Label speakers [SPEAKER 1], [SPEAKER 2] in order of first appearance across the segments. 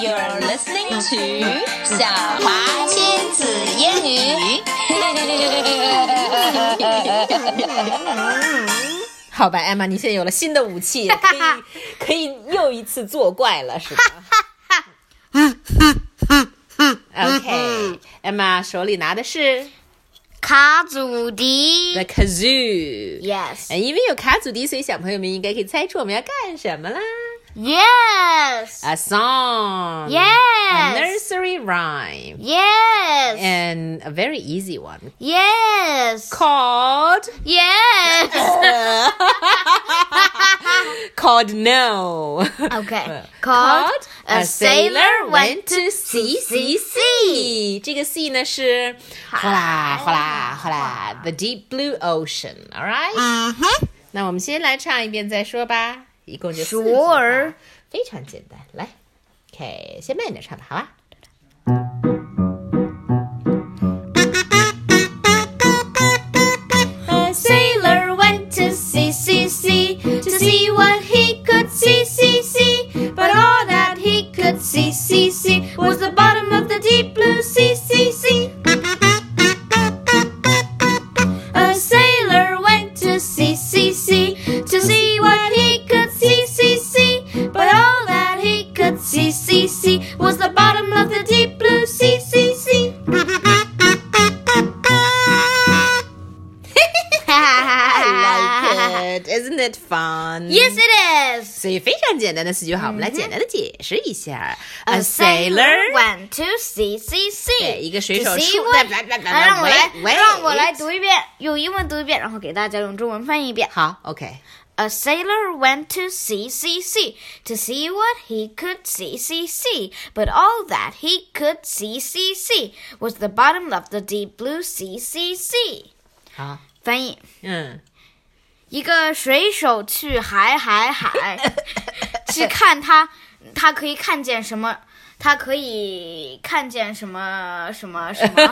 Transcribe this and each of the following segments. [SPEAKER 1] You're listening to 小华仙子英语。
[SPEAKER 2] 好吧，艾玛，你现在有了新的 武器，可以可以又一次作怪了，是吧？OK，艾玛手里拿的是
[SPEAKER 3] Kazudi.
[SPEAKER 2] the kazoo。
[SPEAKER 3] Yes.
[SPEAKER 2] 哎因为有卡祖笛，所以小朋友们应该可以猜出我们要干什么啦。
[SPEAKER 3] Yes.
[SPEAKER 2] A song, a
[SPEAKER 3] Yes.
[SPEAKER 2] nursery rhyme,
[SPEAKER 3] Yes.
[SPEAKER 2] and a very easy one
[SPEAKER 3] Yes.
[SPEAKER 2] called
[SPEAKER 3] Yes.
[SPEAKER 2] called No.
[SPEAKER 3] Okay.
[SPEAKER 2] Called
[SPEAKER 3] Called a sailor went to
[SPEAKER 2] sea,
[SPEAKER 3] sea,
[SPEAKER 2] sea. 这个 sea 呢是哗啦哗啦哗啦，the deep blue ocean. All right. 那我们先来唱一遍再说吧，一共就四句话
[SPEAKER 3] Sure
[SPEAKER 2] 非常简单。来，OK，先慢一点唱吧，好吧？
[SPEAKER 3] A sailor went to see, see, see, to see what he could see, see, see. But all that he could see, see, see, was the bottom of the deep blue sea, sea, sea. A sailor went to see, see, see, to see what he could see, see, see. But all that he could see, see, see, was the bottom of the deep blue sea, sea, sea.
[SPEAKER 2] I like it. Isn't it fun?
[SPEAKER 3] Yes, it is.
[SPEAKER 2] 所以非常简单的四句话，我们来简单的解释一下。A
[SPEAKER 3] 嗯 A sailor
[SPEAKER 2] sailor，
[SPEAKER 3] went to sea, sea,
[SPEAKER 2] 对，
[SPEAKER 3] sea.
[SPEAKER 2] 一个水手
[SPEAKER 3] To see
[SPEAKER 2] 出，
[SPEAKER 3] what- 啊让我来，
[SPEAKER 2] 喂
[SPEAKER 3] 让我来。读一遍，用英文读一遍，然后给大家用中文翻译一遍。
[SPEAKER 2] 好，OK。
[SPEAKER 3] A sailor went to sea, sea, sea to see what he could see, see, see. But all that he could see, see, see was the bottom of the deep blue sea, sea, sea.
[SPEAKER 2] 好，
[SPEAKER 3] 翻译：
[SPEAKER 2] 嗯，
[SPEAKER 3] 一个水手去海海海，去看他，他可以看见什么？他可以看见什么什么什么？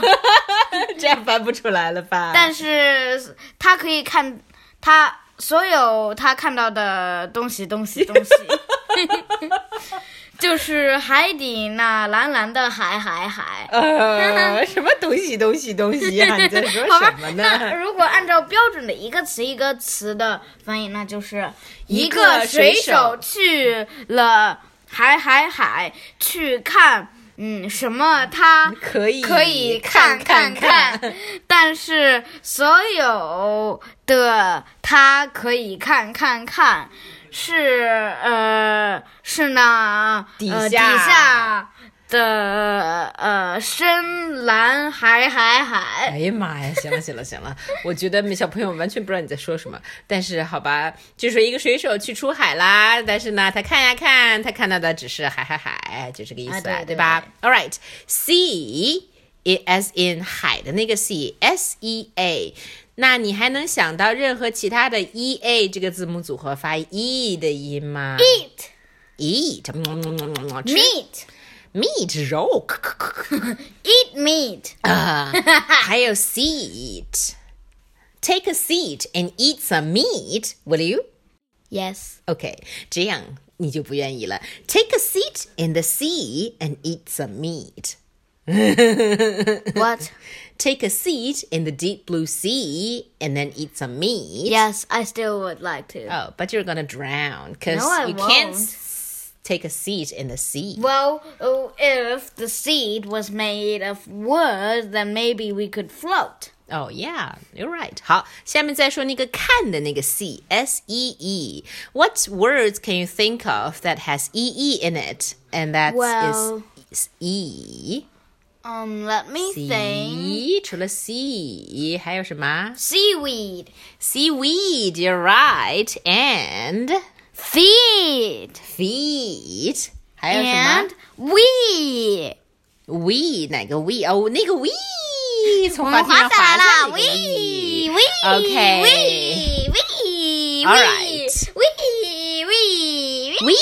[SPEAKER 2] 这样翻不出来了吧？
[SPEAKER 3] 但是他可以看他所有他看到的东西，东西，东 西，就是海底那蓝蓝的海，海海。
[SPEAKER 2] 呃，什么东西东西东西呀、呃你在说
[SPEAKER 3] 好吧
[SPEAKER 2] 什么，
[SPEAKER 3] 那
[SPEAKER 2] 呢？
[SPEAKER 3] 如果按照标准的一个词一个词的翻译，那就是
[SPEAKER 2] 一
[SPEAKER 3] 一
[SPEAKER 2] 个
[SPEAKER 3] 个
[SPEAKER 2] 水
[SPEAKER 3] 水
[SPEAKER 2] 手
[SPEAKER 3] 手去了海海海去看，嗯，什么他
[SPEAKER 2] 可以
[SPEAKER 3] 可以看
[SPEAKER 2] 看
[SPEAKER 3] 看看，但是所有的他可以看看看，是呃是那
[SPEAKER 2] 底
[SPEAKER 3] 呃、底
[SPEAKER 2] 下
[SPEAKER 3] 下的呃深蓝海海 海。
[SPEAKER 2] 哎呀妈呀！行了行了行了，我觉得小朋友完全不知道你在说什么。但是好吧，就说一个水手去出海啦，但是呢，他看呀看，他看到的只是海海海，就这个意思，
[SPEAKER 3] 啊对对
[SPEAKER 2] 吧？All right，sea it as in 海的那个 sea，s e a。那你还能想到任何其他的 e a 这个字母组合发 e 的音吗
[SPEAKER 3] Eat
[SPEAKER 2] ？eat，嗯嗯嗯嗯嗯吃
[SPEAKER 3] meat,
[SPEAKER 2] meat 肉， 咳咳咳咳
[SPEAKER 3] eat meat.
[SPEAKER 2] 啊，还有 Uh-huh. seat。Take a seat and eat some meat, will you?
[SPEAKER 3] Yes.
[SPEAKER 2] OK，这样你就不愿意了。Take a seat in the sea and eat some meat.
[SPEAKER 3] What?
[SPEAKER 2] Take a seat in the deep blue sea and then eat some meat.
[SPEAKER 3] yes, I still would like to.
[SPEAKER 2] Oh, but you're gonna drown because
[SPEAKER 3] No, I
[SPEAKER 2] you can't
[SPEAKER 3] won't.
[SPEAKER 2] s- take a seat in the sea.
[SPEAKER 3] Well, oh, if the seed was made of wood, then maybe we could float.
[SPEAKER 2] Oh yeah, you're right. 好，下面再说那个看的那个 see s e e. What words can you think of that has e e in it and that
[SPEAKER 3] Well-
[SPEAKER 2] is e?
[SPEAKER 3] Um, let me think.
[SPEAKER 2] see 除了 see 还有什么
[SPEAKER 3] Seaweed.
[SPEAKER 2] seaweed? You're right. And
[SPEAKER 3] Feed.
[SPEAKER 2] feet 还有什么
[SPEAKER 3] And we.
[SPEAKER 2] we 哪个 we？哦，那个 we 从滑
[SPEAKER 3] 们
[SPEAKER 2] 梯上
[SPEAKER 3] 滑下
[SPEAKER 2] 滑
[SPEAKER 3] 来
[SPEAKER 2] 下
[SPEAKER 3] 了
[SPEAKER 2] 来的
[SPEAKER 3] ，we
[SPEAKER 2] we。
[SPEAKER 3] we
[SPEAKER 2] Okay.
[SPEAKER 3] we we
[SPEAKER 2] All
[SPEAKER 3] we
[SPEAKER 2] right.
[SPEAKER 3] we we we.
[SPEAKER 2] We.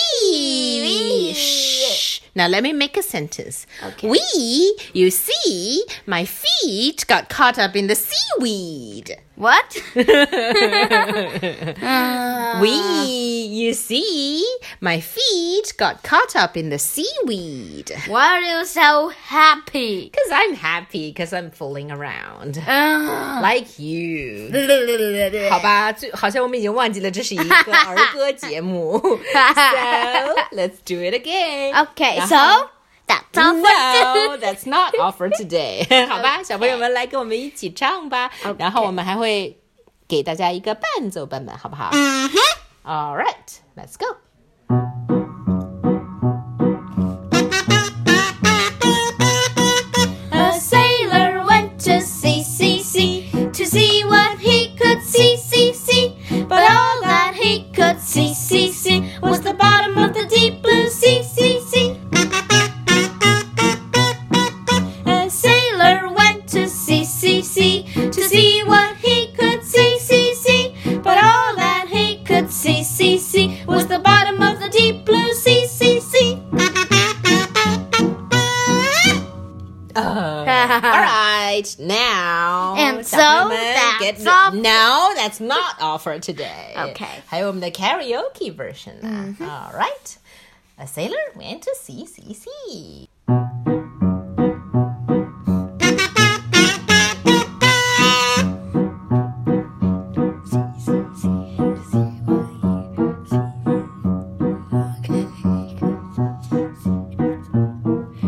[SPEAKER 3] We.
[SPEAKER 2] Shh. Now let me make a sentence.
[SPEAKER 3] Okay.
[SPEAKER 2] We, you see, my feet got caught up in the seaweed.
[SPEAKER 3] What? Uh,
[SPEAKER 2] We, you see, my feet got caught up in the seaweed.
[SPEAKER 3] why are you so happy?
[SPEAKER 2] Because I'm happy, because I'm fooling around.
[SPEAKER 3] Uh,
[SPEAKER 2] Like you. 好吧，最好像我们已经忘记了这是一个儿歌节 目。so let's do it again.
[SPEAKER 3] okay,
[SPEAKER 2] 然后-
[SPEAKER 3] so that's all
[SPEAKER 2] No,
[SPEAKER 3] for today.
[SPEAKER 2] that's not all for today. 好吧，小朋友们来跟我们一起唱吧。然后我们还会给大家一个伴奏版本，好不好？All Mm-hmm。 right, let's go.
[SPEAKER 3] A sailor went to sea, sea, sea to see what he could see, see, see. But all that he could see, see, see was the bottom of the deep blue sea, sea, sea. A sailor went to sea, sea, sea to see what he could see, see, see. But all that he could see, see, see was the bottom of the deep blue sea, sea, sea.
[SPEAKER 2] Uh, all right, now.
[SPEAKER 3] And so
[SPEAKER 2] 小朋友们
[SPEAKER 3] that's
[SPEAKER 2] get-
[SPEAKER 3] all-
[SPEAKER 2] No, that's not all for today.
[SPEAKER 3] Okay.
[SPEAKER 2] 还有我们的 karaoke version All right. A sailor went to sea, sea, sea.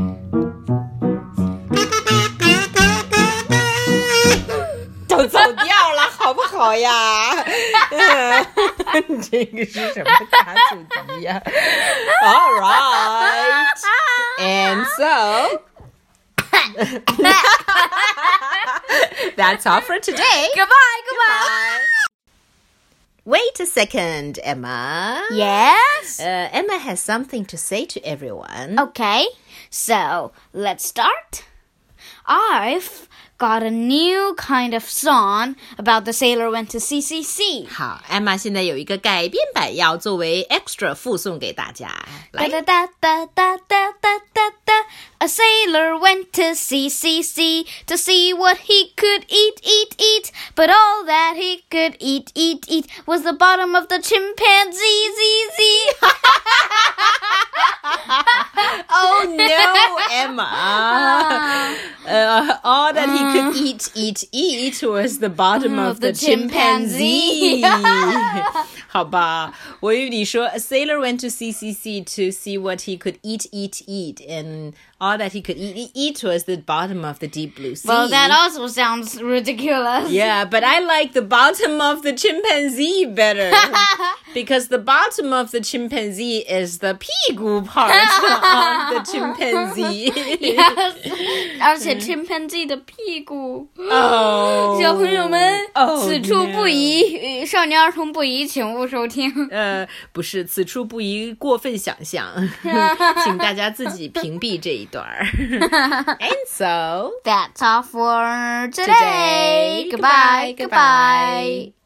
[SPEAKER 3] Okay.
[SPEAKER 2] 都走调了，好不好呀？这个是什么大主题呀？All right. And so that's all for today.
[SPEAKER 3] Goodbye, goodbye.
[SPEAKER 2] Wait a second, Emma.
[SPEAKER 3] Yes.
[SPEAKER 2] Uh, Emma has something to say to everyone.
[SPEAKER 3] Okay. So let's start. I've got a new kind of song about the sailor went to CCC.
[SPEAKER 2] 好，艾玛现在有一个改编版要作为 extra 附送给大家。
[SPEAKER 3] Da
[SPEAKER 2] 来，
[SPEAKER 3] da da da da da da da da. A sailor went to CCC to see what he could eat, eat, eat. But all that he could eat, eat, eat was the bottom of the chimpanzee, z, z.
[SPEAKER 2] Oh no, Emma! Uh, all that he could eat, eat, eat was the bottom Mm, of the
[SPEAKER 3] the chimpanzee.
[SPEAKER 2] chimpanzee. 好吧，我以为你说 a sailor went to CCC to see what he could eat, eat, eat, and all that he could eat, eat, eat was the bottom of the deep blue sea.
[SPEAKER 3] Well, that also sounds ridiculous.
[SPEAKER 2] Yeah, but I like the bottom of the chimpanzee better because the bottom of the chimpanzee is the 屁股 part of the chimpanzee.
[SPEAKER 3] Yes，而且 chimpanzee 的屁股。
[SPEAKER 2] Oh,
[SPEAKER 3] 小朋友们
[SPEAKER 2] Oh,
[SPEAKER 3] 此处不宜，呃少年儿童不宜，请勿收听。
[SPEAKER 2] 呃，不是，此处不宜过分想象， 请大家自己屏蔽这一段儿。And so
[SPEAKER 3] That's all for
[SPEAKER 2] today,
[SPEAKER 3] today. Goodbye. Goodbye.